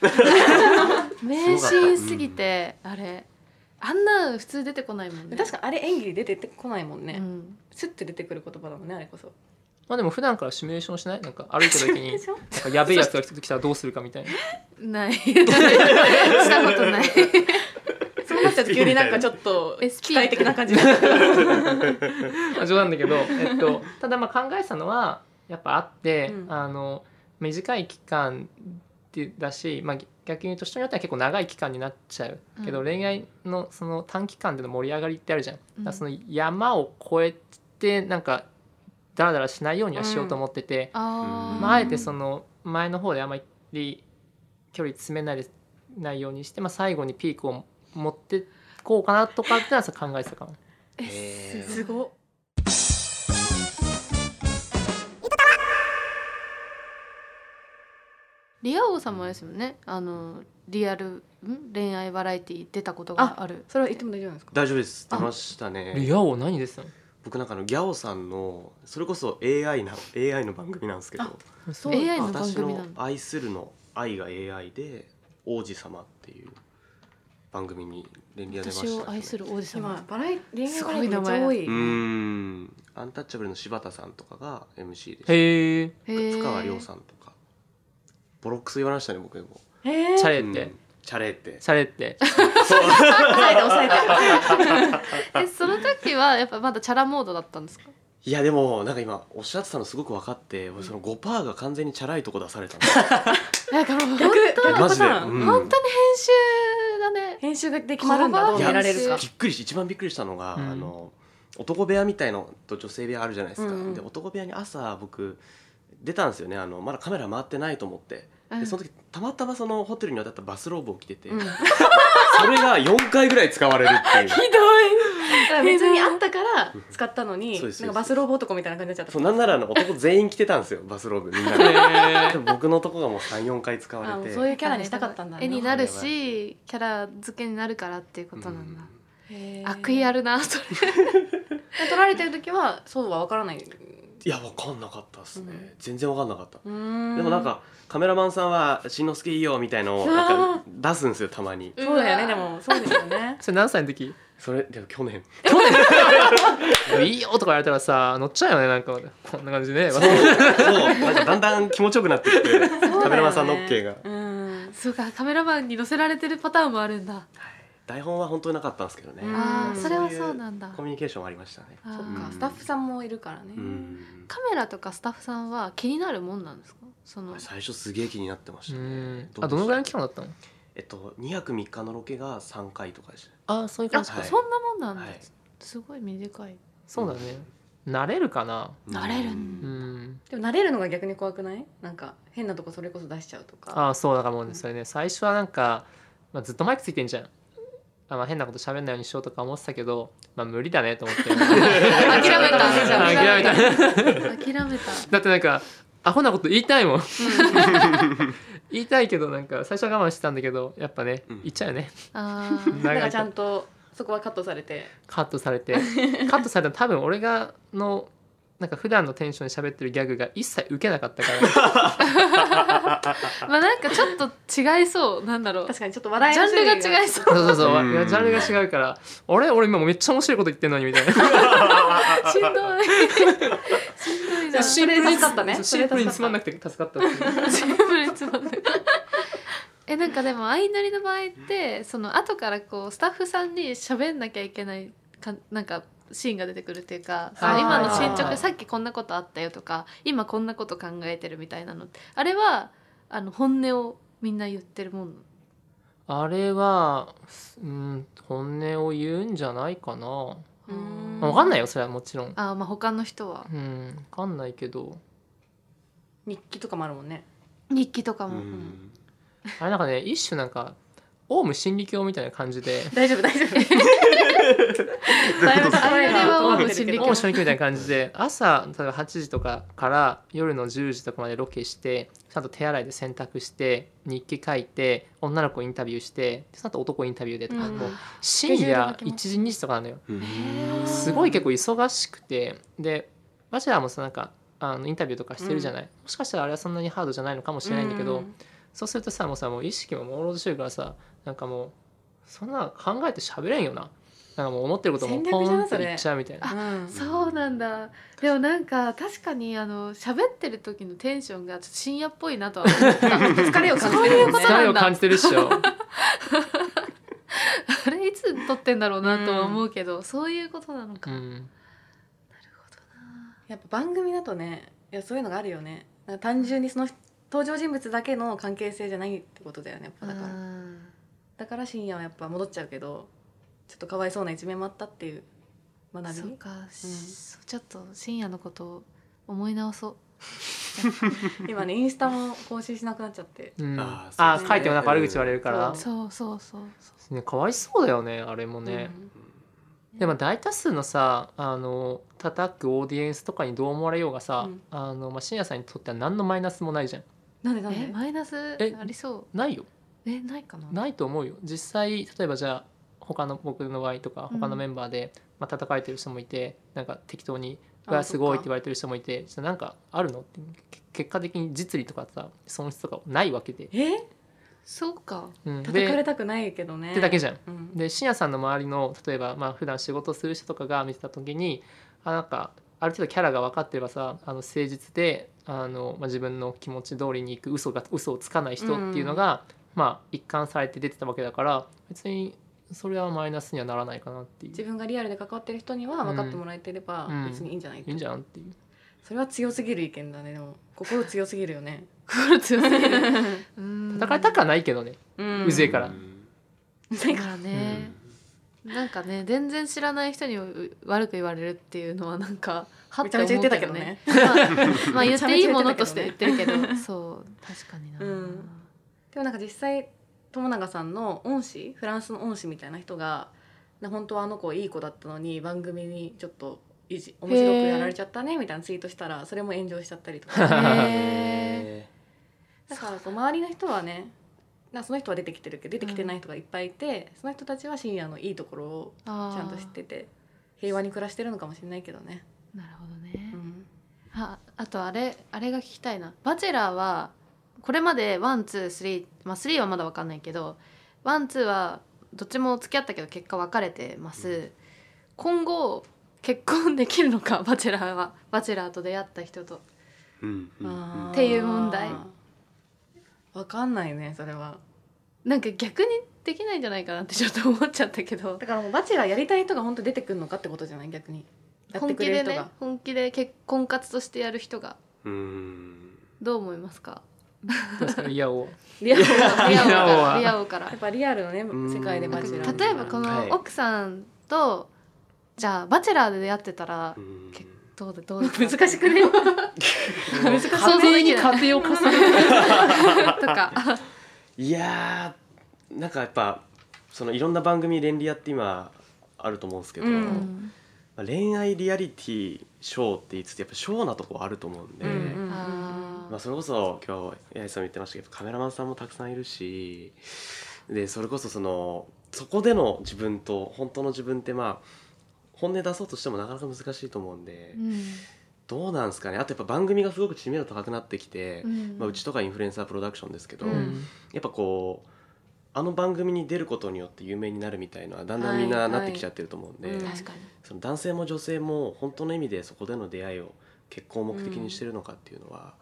名シーンすぎて、あれあんな普通出てこないもんね 確かあれ演技出てってこないもんね、うんスッて出てくる言葉だもんねあれこそまあでも普段からシミュレーションしないなんか歩いた時に でしょなんかやべえやつが来たらどうするかみたいなない したこと ないそうなっちゃうと急になんかちょっと SP 機械的な感じになっちゃうまあ冗談だけど、えっと、ただまあ考えてたのはやっぱあって、うんあの短い期間でだし、まあ、逆に言うと人によっては結構長い期間になっちゃうけど、うん恋愛のその短期間での盛り上がりってあるじゃん。だからそうんの山を越えてなんかダラダラしないようにはしようと思ってて、あー、まあ、あえてその前の方であまり距離詰めないでないようにして、まあ、最後にピークを持ってこうかなとかってのはさ考えてたかも。ええーす すごいごっリア王さんもあれですよねあのリアルん恋愛バラエティ出たことがあるそれは言っても大丈夫なんですか大丈夫です出ましたねリア王何ですよ僕なんかあのギャオさんのそれこそ AI な AI の番組なんですけどあそう AI の番私組なのの愛するの愛が AI で王子様っていう番組に連リア出ました私ね、を愛する王子様今バラエ恋愛すバごラエいティ名めっち前ゃ多いうーんアンタッチャブルの柴田さんとかが MC でしたへえへー深川亮さんとかボロックス言われましたね僕でもえーチャチレって、チャレってチャレって抑えて抑えてえその時はやっぱまだチャラモードだったんです かいやでもなんか今おっしゃってたのすごく分かって俺その5%が完全にチャラいとこ出されたなんかもう本逆逆のマジで、パターンうん当に編集だ ね編集がで決まるんだどういや見られるかびっくりし一番びっくりしたのが、うんあの男部屋みたいのと女性部屋あるじゃないですか、うんうんで男部屋に朝僕出たんですよねあのまだカメラ回ってないと思ってでその時たまたまそのホテルに渡ったバスローブを着てて、うんひどいそれが4回ぐらい使われ るっていうだから別にあったから使ったのにそうなですんかバスローブ男みたいな感じになっちゃそっうなんならあの男全員着てたんですよバスローブみんなでへでも僕のとこがもう34回使たあわもうれてそういうキャラにしたかったんだ絵にななるしキャラ付けになるからっていうことなんだ、悪意あるるなそれ 撮られてる時はそうは分からないでいや分かんなかったですね、うん全然分かんなかったでももなんかカメラマンさんは「しんのすけいいよ」みたいのをなんか出すんですよたまにそうだよねでもそうですよ ねそれ何歳の時それでも去年いいよとか言われたらさ乗っちゃうよねなんかこんな感じでねそうそうなんかだんだん気持ちよくなってきて、カメラマンさんの OK がうんそうかカメラマンに載せられてるパターンもあるんだ、台本は本当になかったんですけどね、うんああそれはそうなんだコミュニケーションはありましたねあーそっうかんスタッフさんもいるからねうんカメラとかスタッフさんは気になるもんなんですかその最初すげえ気になってましうたねんあどのぐらいのどうで期し間だったのたえっと2泊3日のロケが3回とかでしあそういうあ感じはいそんなもんなたんだ、はいすごい短いそうだね慣れるかな慣れるうんでも慣れるのが逆に怖くないなんか変なとこそれこそ出しちゃうとかあそうだからもうねそれね最初はなんか、まあ、ずっとマイクついてんじゃんあまあ変なこと喋んないようにしようとか思ってたけど、まあ、無理だねと思って諦めた 諦めた 諦めただってなんかアホなこと言いたいもん 言いたいけどなんか最初は我慢してたんだけどやっぱねうん言っちゃうよねあだーからちゃんとそこはカットされてカットされてカットされたの多分俺がのなんか普段のテンションで喋ってるギャグが一切受けなかった から まあなんかちょっと違いそうなんだろう確かにちょっとジ笑いャの種ン類ルが違いそうそうそうそううんいやジャンルが違うからあれ俺今めっちゃ面白いこと言ってんのにみたいな しんどいしんどいな シンプルに助かったねそうシンプルにつまんなくて助かったっていうシンプルにつまんない えなんかでも相乗りの場合ってその後からこうスタッフさんに喋んなきゃいけないかなんかシーンが出てくるっていうかそあのー今の進はいはいは捗いさっきこんなことあったよとか今こんなこと考えてるみたいなのあれはあの本音をみんな言ってるもんなのあれは、うん、本音を言うんじゃないかな。うんまあ、わかんないよ、それはもちろん。あーまあ他の人はうん、わかんないけど。日記とかもあるもんね日記とかうも、んあれなんかね、一種なんか、オウム真理教みたいな感 じで、大丈夫大丈夫だいぶそれれはは思オうウんムです真け理ど教オウム真理教みたいな感じで、朝、例えば8時とかから夜の10時とかまでロケして、ちゃんと手洗いで洗濯して、日記書いて、女の子インタビューして、その後男インタビューでとか、うんもうス深ケジュール夜書き1ま時、2時とかなのよ。うんーすごい結構忙しくてでバチェラーもさなんかあのインタビューとかしてるじゃない、もしかしたらあれはそんなにハードじゃないのかもしれないんだけど、うんそうするとさもうさもう意識も朦朧としてるからさなんかもうそんな考えて喋れんよななんかもう思ってることも戦ポ略じゃンなって言っちゃうみたいなうんそうなんだでもなんか確かにあの喋ってる時のテンションがちょっと深夜っぽいなとは思った疲れを感じてそるういうことなん疲だれを感じてるっしょあれいつ撮ってんだろうなとは思うけど、そういうことなのうか、んやっぱ番組だとねいやそういうのがあるよねなんか単純にその登場人物だけの関係性じゃないってことだよねやっぱだからだから深夜はやっぱ戻っちゃうけどちょっとかわいそうな一面もあったっていうあー学そうびか、しちょっと深夜のことを思い直そう今ねインスタも更新しなくなっちゃってうん、ああーあそうですね書いてもなんか悪口言われるから、うんそうそうそうそうね、かわいそうだよねあれもね、でも大多数のさあの叩くオーディエンスとかにどう思われようがさ、うんあのまあ、深夜さんにとっては何のマイナスもないじゃんうんなんでなんえでマイナスえありそないようえないかなないと思うよ実際例えばじゃあ他の僕の場合とかうん他のメンバーで、まあ叩かれてる人もいてなんか適当に「あうわすごそっい」っかて言われてる人もいてじゃあなんかあるのってけ結果的に実利とかさ損失とかないわけで,、えそうかうん、叩かれでたくないけどねってだけじゃん。うんで深夜さんの周りの例えばまあ普段仕事する人とかが見てた時にあなんかある程度キャラが分かってればさあの誠実であの、まあ、自分の気持ち通りにいく嘘が嘘をつかない人っていうのが、まあ、一貫されて出てたわけだから別にそれはマイナスにはならないかなっていう自分がリアルで関わってる人には分かってもらえてればうん別にいいんじゃないいいんじゃんっていうそれは強すぎる意見だねでも心強すぎるよね 心強すぎるうん戦いたくはないけどね うんうぜえからん だからね、なんかね全然知らない人にう悪く言われるっていうのはなんかはめちゃめちゃ言ってたけどね思うけどねまあまあ言めっちゃめていいちゃ言もってのたけどねとして言ってるけどそう確かにな、うんでもなんか実際友永さんの恩師フランスの恩師みたいな人がな本当はあの子いい子だったのに番組にちょっといじ面白くやられちゃったねみたいなツイートしたらそれも炎上しちゃったりと かへーだからこう周りの人はねなその人は出てきてるけど出てきてない人がいっぱいいて、その人たちは深夜のいいところをちちゃんと知ってて平和に暮らしてるのかもしれないけどね。なるほどね、うんああとあれあれが聞きたいな「バチェラー」はこれまでワンツースリーまあスリーはまだ分かんないけどワンツーはどっちも付き合ったけど結果別れてます、うん今後結婚できるのかバチェラーはバチェラーと出会った人とうんうんあーっていう問題わかんないねそれはなんか逆にできないんじゃないかなってちょっと思っちゃったけどだからもうバチェラーやりたい人が本当出てくるのかってことじゃない逆にやって本く気れるで人が、ね本気で結婚活としてやる人がうんどう思いますかどうですかいやおうリアルなリリアア王ルなかいやらリア王からやっぱリアルのねうん世界でなバんチェラかー例えばこはいの奥さんとじゃあバチェラーで出会ってたらうん結どうでどうで難し くね難しい想像できない庭を重ねとかいやーなんかやっぱそのいろんな番組連リアって今あると思うんですけど、うんまあ恋愛リアリティショーって言いつつやっぱショーなとこあると思うんで、うんうんうんあまあ、それこそ今日八重さんも言ってましたけどカメラマンさんもたくさんいるしでそれこそそのそこでの自分と本当の自分ってまあ本音出そうとしてもなかなか難しいと思うんで、どうなんですかねあとやっぱ番組がすごく知名度高くなってきて、うまあ、うちとかインフルエンサープロダクションですけど、ううんんやっぱこうあの番組に出ることによって有名になるみたいのはだんだんみんななってきちゃってると思うんで、はいはいうん確かにその男性も女性も本当の意味でそこでの出会いを結婚を目的にしてるのかっていうのは、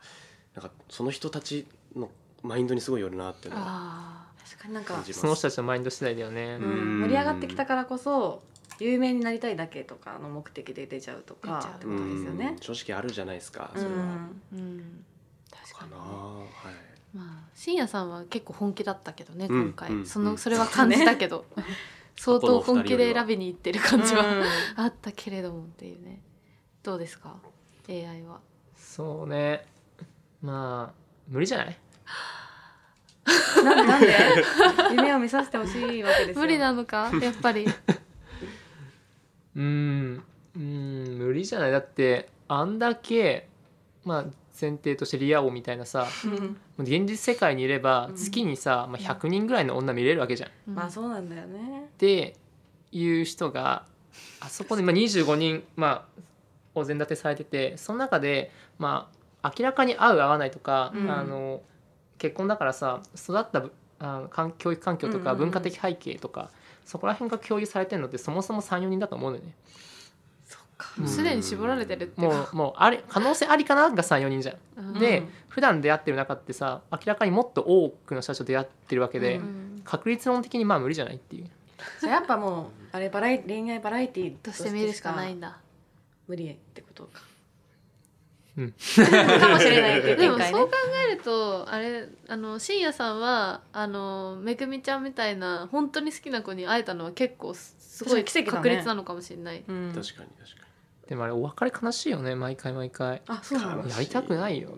なんかその人たちのマインドにすごいよるなっていうのはあ確かになんか感じますその人たちのマインド次第だよねう、うんん盛り上がってきたからこそ有名になりたいだけとかの目的で出ちゃうとか出ちゃうってことですよね。正直あるじゃないですかうそれは、ん、ーうん確かかになねはいまあ深夜さんは結構本気だったけどねうん今回、うんそうのんそれは感じたけど、相当本気で選びに行ってる感じは、うんあったけれどもっていうねどうですか AI はそうねまあ無理じゃないななんで 夢を見させてほしいわけですよ。無理なのかやっぱ りうーんうーん無理じゃないだってあんだけまあ前提としてリア王みたいなさうん。現実世界にいればうん月にさ、まあ、100人ぐらいの女見れるわけじゃん。っまあそうなんだよね。ていう人があそこで、まあ、25人、まあ、お膳立てされててその中で、まあ、明らかに合う合わないとか、うんあの結婚だからさ育ったぶあの環教育環境とうんうんうかん文化的背景とか、そこら辺が共有されてるのってそもそも34人だと思うのよね。そっか。もうすでに絞られてるっていうもかうもうあれ可能性ありかなが34人じゃん。うんでうん普段出会ってる中ってさ明らかにもっと多くの社長と出会ってるわけで、うん確率論的にまあ無理じゃないっていうじゃあやっぱもうあれバラエ恋愛バラエティーとして見るしかないんだ無理ってことか。うんかもしれないっていでう展も開そうね考。えるとあれあの深夜さんはあのめぐみちゃんみたいな本当に好きな子に会えたのは結構すすごい確かに奇跡だね確率なのかもしれない、うん確かに確かでもあれお別れ悲しいよね毎回毎回あそうなの。悲やしやりたくないよ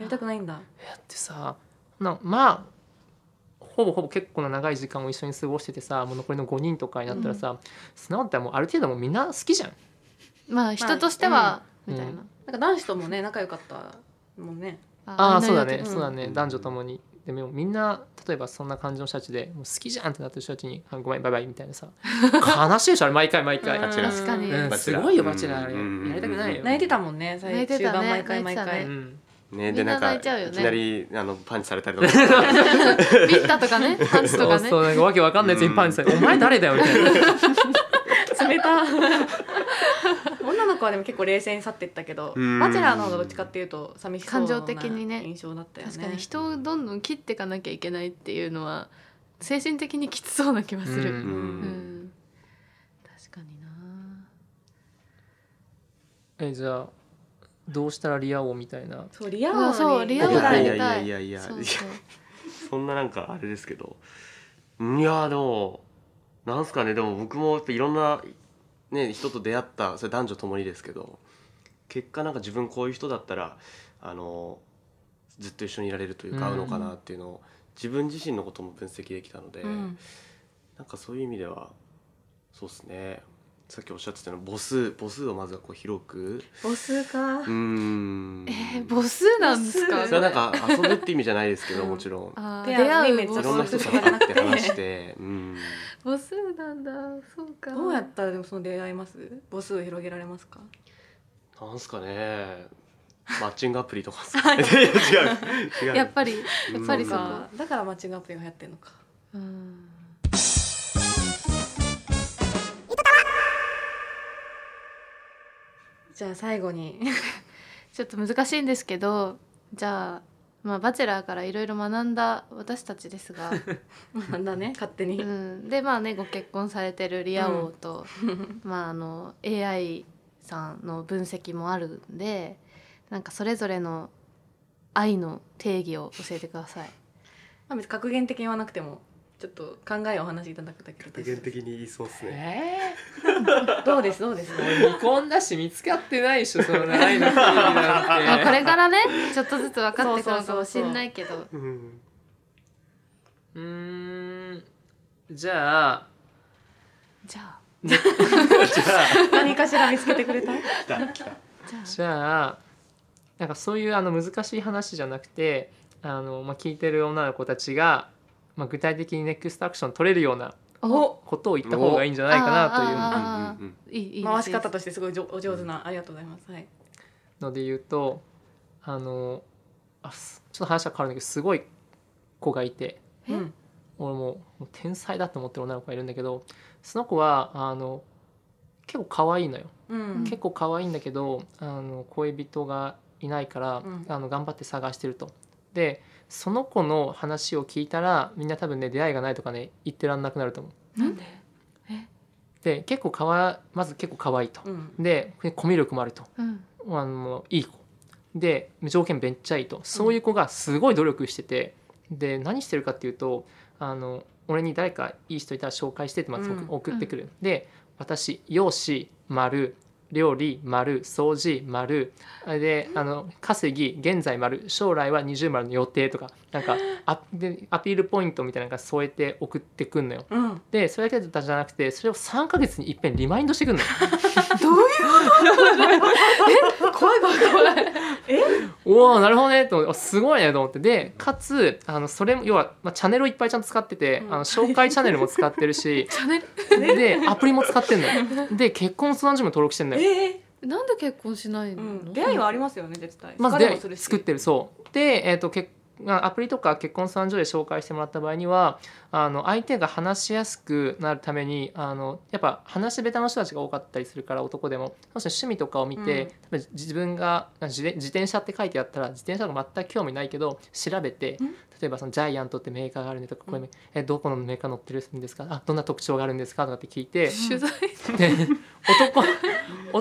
りたくないんだ。だってさなまあほぼほぼ結構な長い時間を一緒に過ごしててさもう残りの5人とかになったらさ、そんなことはもうある程度もうみんな好きじゃんまあ人としては、うんみたいな、なんか男子ともね仲良かったもんね。ああみそんうなだ言ね、ってそうだねうん男女ともにでもみんな例えばそんな感じの人たちでもう好きじゃんってなってる人たちに「あごめんバイバイ」みたいな さ悲しいでしょあれ毎回毎回、うんバチェラ確かに、うんバチェすラごいよバチェラあれうんやりたくないよ泣いてたもんね。最泣いて終たね盤毎回毎泣い回てう。んにねみでんななんか泣いいちゃうよねきなりあのパンチされたりとかビッタとかねパンチと そうかねそうなんかわけわかんないやつにパンチされて「お前誰だよ」みたいな 冷た 女の子はでも結構冷静に去っていったけどうんバチェラーの方がどっちかっていうと寂しそうな感情的にね印象だったよね確かに人をどんどん切っていかなきゃいけないっていうのは精神的にきつそうな気がする、うううんんん確かになえじゃあどうしたらリア王みたいなそうリアう王わそうリア王いになやいりやたいいやいやいやそうそうそんななんかあれですけどいやーでもなんすかねでも僕もやっぱいろんな、ね、人と出会ったそれ男女ともにですけど結果なんか自分こういう人だったらあのずっと一緒にいられるというか合うんうのかなっていうのを自分自身のことも分析できたので、うんなんかそういう意味ではそうですねさっきおっしゃってたの母数母数をまずはこう広く母数かうーんえー、母数なんですか母数それはなんか遊ぶって意味じゃないですけどもちろん。あー出出会う会イうメージ母い数ろんな人と会って話して、うん、母数なんだそうかどうやったらでもその出会います母数を広げられますかなんすかねマッチングアプリとかっすかねいや違う違うやっぱりやっぱりうんそこだからマッチングアプリが流行ってるのかうんじゃあ最後に ちょっと難しいんですけどじゃあまあバチェラーからいろいろ学んだ私たちですが、学んだね勝手に、うん、でまあねご結婚されてるリア王と、まあ、あの AI さんの分析もあるんでなんかそれぞれの愛の定義を教えてください。まあ別に格言的に言わなくてもちょっと考えをお話しいただくだけ普遍的に言いそうですねえどうですどうですえ離婚だし見つかってないでしょその愛の定義なんまあ、こてれからねちょっとずつ分かってくるかもしんないけどうんうーんじゃあじゃあ何かしら見つけてくれた来た来たじゃあじゃあなんかそういうあの難しい話じゃなくてあの、まあ、聞いてる女の子たちが、まあ、具体的にネクストアクション取れるようなおことを言った方がいいんじゃないかなといあーうんうんいいいいです回し方としてすごいじょお上手なありがとうございますはいうので言うとあのあすちょっと話は変わるんだけどすごい子がいてえうん俺ももう天才だと思ってる女の子がいるんだけどその子はあの結構可愛いのよ。うん結構可愛いんだけどあの恋人がいないから、うんあの頑張って探してるとでその子の話を聞いたらみんな多分ね出会いがないとかね言ってらんなくなると思う。なんでで結構かわまず結構可愛いとう。んでコミュ力もあると。うんあのいい子で条件めっちゃいいとそういう子がすごい努力してて、で何してるかっていうとあの俺に誰かいい人いたら紹介してってまずうん送ってくる、で私容姿丸料理丸掃除丸であの稼ぎ現在丸将来は二0丸の予定とかなんかアでアピールポイントみたいなのが添えて送ってくんのようんでそれだけじゃなくてそれを3ヶ月に一遍リマインドしてくんのよ 怖い怖い怖いおおなるほどねと思ってあすごいねと思ってでかつあのそれも要は、まあ、チャンネルをいっぱいちゃんと使ってて、うんあの紹介チャンネルも使ってるしチャンネルでアプリも使ってんのよで結婚相談所も登録してんのよえなんで結婚しないーうの、ん出会いはありますよね絶対まず疲れでもするし作ってるそうで、えー、と結あアプリとか結婚相談所で紹介してもらった場合にはあの相手が話しやすくなるためにあのやっぱ話し下手の人たちが多かったりするから男でもそして趣味とかを見て、例えば自分があ自転自転車って書いてあったら自転車が全く興味ないけど調べてうん例えばそのジャイアントってメーカーがあるねとか、うんこういうメえどこのメーカー乗ってるんですかあどんな特徴があるんですかとかって聞いて取材で男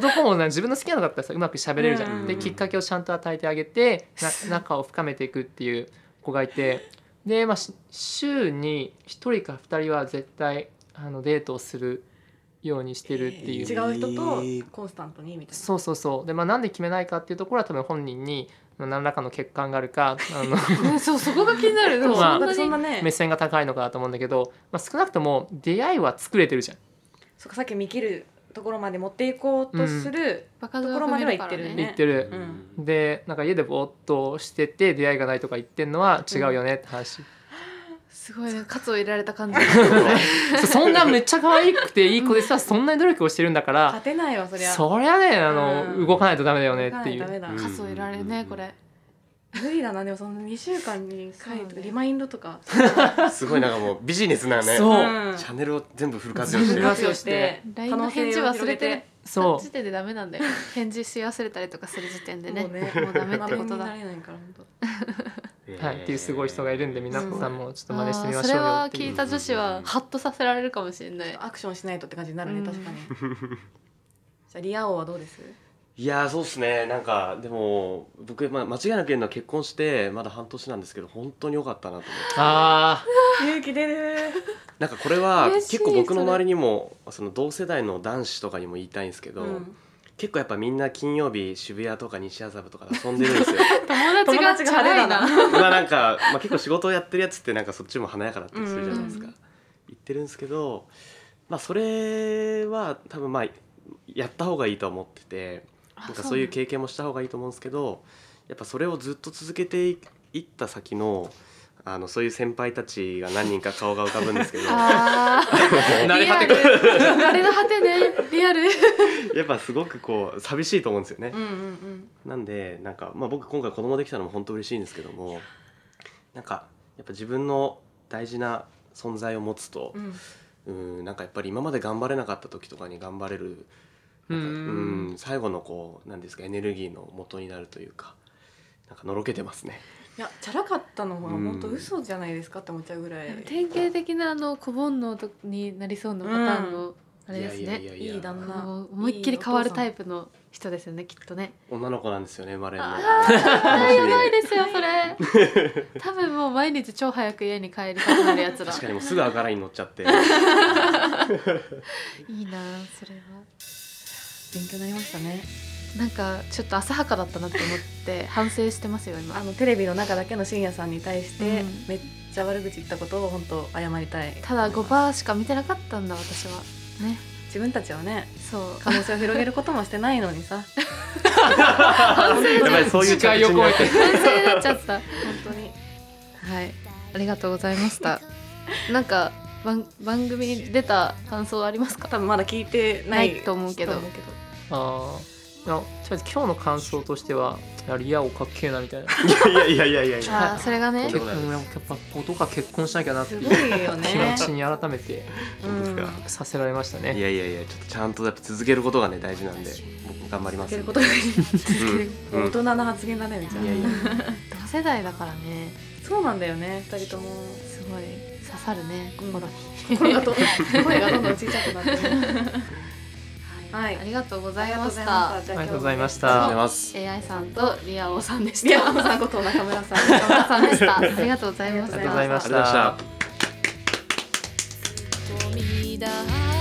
男もな自分の好きなのだったらさうまく喋れるじゃん、うんできっかけをちゃんと与えてあげてな仲を深めていくっていう子がいてで、まあ、し週に1人か2人は絶対あのデートをするようにしてるっていう、違う人とコンスタントにみたいなそうそうそうで、まあ、なんで決めないかっていうところは多分本人にまあ何らかの欠陥があるか あのねそうそこが気になるでもまあそんなにそんなね目線が高いのかなと思うんだけど、まあ、少なくとも出会いは作れてるじゃん。そっかさっき見切るところまで持っていこうとする、バカところまでは行ってるね言ってるうんでなんか家でぼーっとしてて出会いがないとか言ってんのは違うよねって話、すごいね喝を入れられた感じそそんなめっちゃ可愛くていい子でさそんなに努力をしてるんだから勝てないわそりゃそりゃねあの、うん動かないとダメだよねってい動かなうダメだ喝を入れられるねこれ無理だなでもその2週間に1回そとうねかリマインドとかすごいなんかもうビジネスなねそううんチャンネルを全部フル活用しフてルる活用して可 LINE の能性を返事忘広れげてるてそのそう時点でダメなんだよ返事し忘れたりとかする時点でね ももううねダメって学こびとにだなれないから本当はい、っていうすごい人がいるんで皆うんさんもちょっと真似してあみーまそしょれうよはっていう聞いた女子うはんハッとさせられるかもしれないアクションしないとって感じになるね、うん確 かにじゃあリア王はどうですいやーそうっすねなんかでも僕、まあ、間違いなく言うのは結婚してまだ半年なんですけど本当に良かったなと思ってあ勇気出るなんかこれは嬉しい結構僕のそれ周りにもその同世代の男子とかにも言いたいんですけど、うん結構やっぱみんな金曜日渋谷とか西麻布とかで遊んでるんで すよ 友達がチャラい友達が派なまあなんか、まあ、結構仕事をやってるやつってなんかそっちも華やかだったりするじゃないですか、うん言ってるんですけどまあそれは多分まあやった方がいいと思っててなんかそういう経験もした方がいいと思うんですけどやっぱそれをずっと続けていいった先のあのそういう先輩たちが何人か顔が浮かぶんですけ どやあーー慣れリ果アてルく慣れの果てねリア ルっぱすごくこう寂しいと思うんですよね。 うんうんなんでなんか、まあ、僕今回子供できたのも本当嬉しいんですけどもなんかやっぱ自分の大事な存在を持つとう、んうん、なんかやっぱり今まで頑張れなかった時とかに頑張れるーうなんんかうん最後のこうなんですかエネルギーの元になるというかなんかのろけてますね。いやチャラかったのはうん本当嘘じゃないですかって思っちゃうぐらい、典型的なあの小煩悩とになりそうなパターンのあれですいやねいやいやいい旦あ那の思いっきり変わるタイプの人ですよねきっとね女の子なんですよね生まれるの あ楽しみやばいでですよそれ 多分もう毎日超早く家に帰りたくなるやつら確かにもうすぐ上がらに乗っちゃって。いいなそれは勉強になりましたねなんかちょっと浅はかだったなって思 って反省してますよ今あのテレビの中だけの深夜さんに対して、うんめっちゃ悪口言ったことを本当謝りたいただ5%しか見てなかったんだ私はね自分たちはねそう 可能性を広げることもしてないのにさやっぱりそういう視界を超えて反省になっちゃった本当にはい、ありがとうございました。なんか番番組に出た感想ありますか？多分まだ聞いてなないいと思うけどと、あーあとりあえず今日の感想としては「いやリアをかっけえな」みたいないやいやいやいやいや。あーそれがね結、構やっぱ男が結婚しなきゃなっていすうごいよ気ね持ちに改めて本当ですかさせられましたいね。やいやいやちょっとちゃんとやっぱ続けることがね大事なんで僕も頑張りま続けするこんで。とがいいうん大人の発言だねみたいいなやいやどう世代だからねそうなんだよね二人ともすごい刺さるね心に、声 がどんどん声がどんどん小さくなってはいありがとうござ ありいがとまうごしざいたましたありがとうございましありがとうございたます。 AI さんとリアオさんでしリアたムさんこと中村さん中村さんで したありがとうございましあたりがとうございましありがとうございましたた。込みだ